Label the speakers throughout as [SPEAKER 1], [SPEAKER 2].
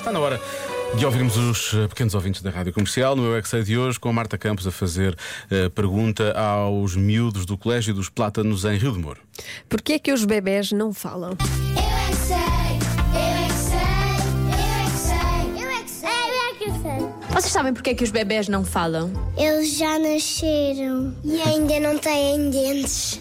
[SPEAKER 1] Está na hora de ouvirmos os eh, pequenos ouvintes da Rádio Comercial, no meu Excel de hoje, com a Marta Campos a fazer eh, pergunta aos miúdos do Colégio dos Plátanos em Rio de Moro.
[SPEAKER 2] Porquê é que os bebés não falam?
[SPEAKER 3] Eu é que sei, eu é que sei, eu é que sei, eu é que sei, eu é que sei.
[SPEAKER 4] Vocês sabem porque é que os bebés não falam?
[SPEAKER 3] Eles já nasceram e ainda não têm dentes.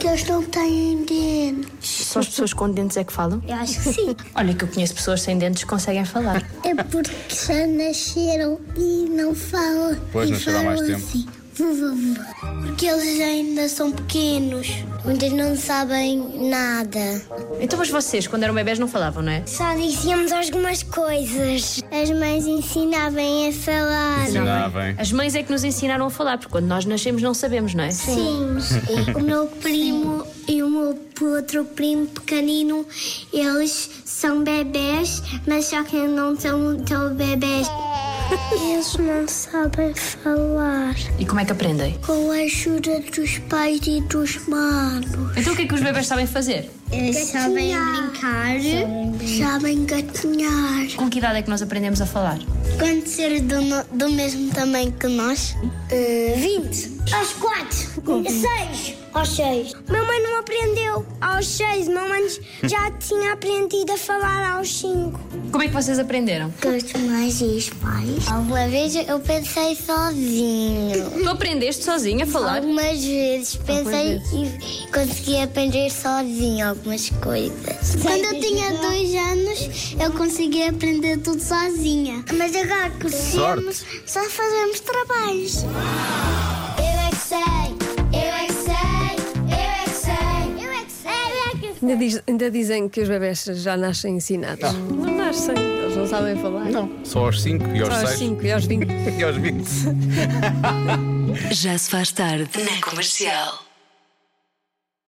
[SPEAKER 3] Que eles não têm dentes.
[SPEAKER 4] Só as pessoas com dentes é que falam?
[SPEAKER 3] Eu acho que sim.
[SPEAKER 4] Olha que eu conheço pessoas sem dentes que conseguem falar.
[SPEAKER 3] É porque já nasceram e não falam.
[SPEAKER 1] Pois,
[SPEAKER 3] E
[SPEAKER 1] nasceram há mais
[SPEAKER 3] falam
[SPEAKER 1] tempo.
[SPEAKER 3] assim, "Vu, vu, vu". Porque eles ainda são pequenos. Ainda não sabem nada.
[SPEAKER 4] Então, mas vocês, quando eram bebés, não falavam, não é?
[SPEAKER 3] Só dizíamos algumas coisas. As mães ensinavam a falar.
[SPEAKER 1] Ensinavem.
[SPEAKER 4] As mães é que nos ensinaram a falar, porque quando nós nascemos não sabemos, não é?
[SPEAKER 3] Sim. O meu primo e o meu outro primo pequenino, eles são bebés, mas só que não são tão bebés. Eles não sabem falar
[SPEAKER 4] E como é que aprendem?
[SPEAKER 3] com a ajuda dos pais e dos manos.
[SPEAKER 4] Então, o que é que os bebés sabem fazer?
[SPEAKER 3] Eles sabem brincar, sabem gatinhar.
[SPEAKER 4] Com que idade é que nós aprendemos a falar?
[SPEAKER 3] Quantos ser do, no- do mesmo tamanho que nós? 20. Aos 4. 6. Aos 6. Mamãe não aprendeu aos 6. Mamãe já tinha aprendido a falar aos 5.
[SPEAKER 4] Como é que vocês aprenderam?
[SPEAKER 3] Com os mães e os pais. Alguma vez eu pensei sozinho.
[SPEAKER 4] Tu aprendeste sozinha a falar?
[SPEAKER 3] Algumas vezes pensei e consegui aprender sozinho algumas coisas. Quando eu tinha dois anos, eu consegui aprender tudo sozinha. Mas agora crescemos, só fazemos trabalhos. Eu é que sei, eu é que sei, eu é que sei, eu é que sei, eu é que
[SPEAKER 2] Ainda, diz- ainda dizem que os bebés já nascem ensinados. Não nascem, eles não sabem falar.
[SPEAKER 1] Não, só aos 5 e aos
[SPEAKER 2] Só aos
[SPEAKER 1] 6
[SPEAKER 2] 5 e aos 20.
[SPEAKER 1] e aos 20.
[SPEAKER 5] Já se faz tarde na comercial.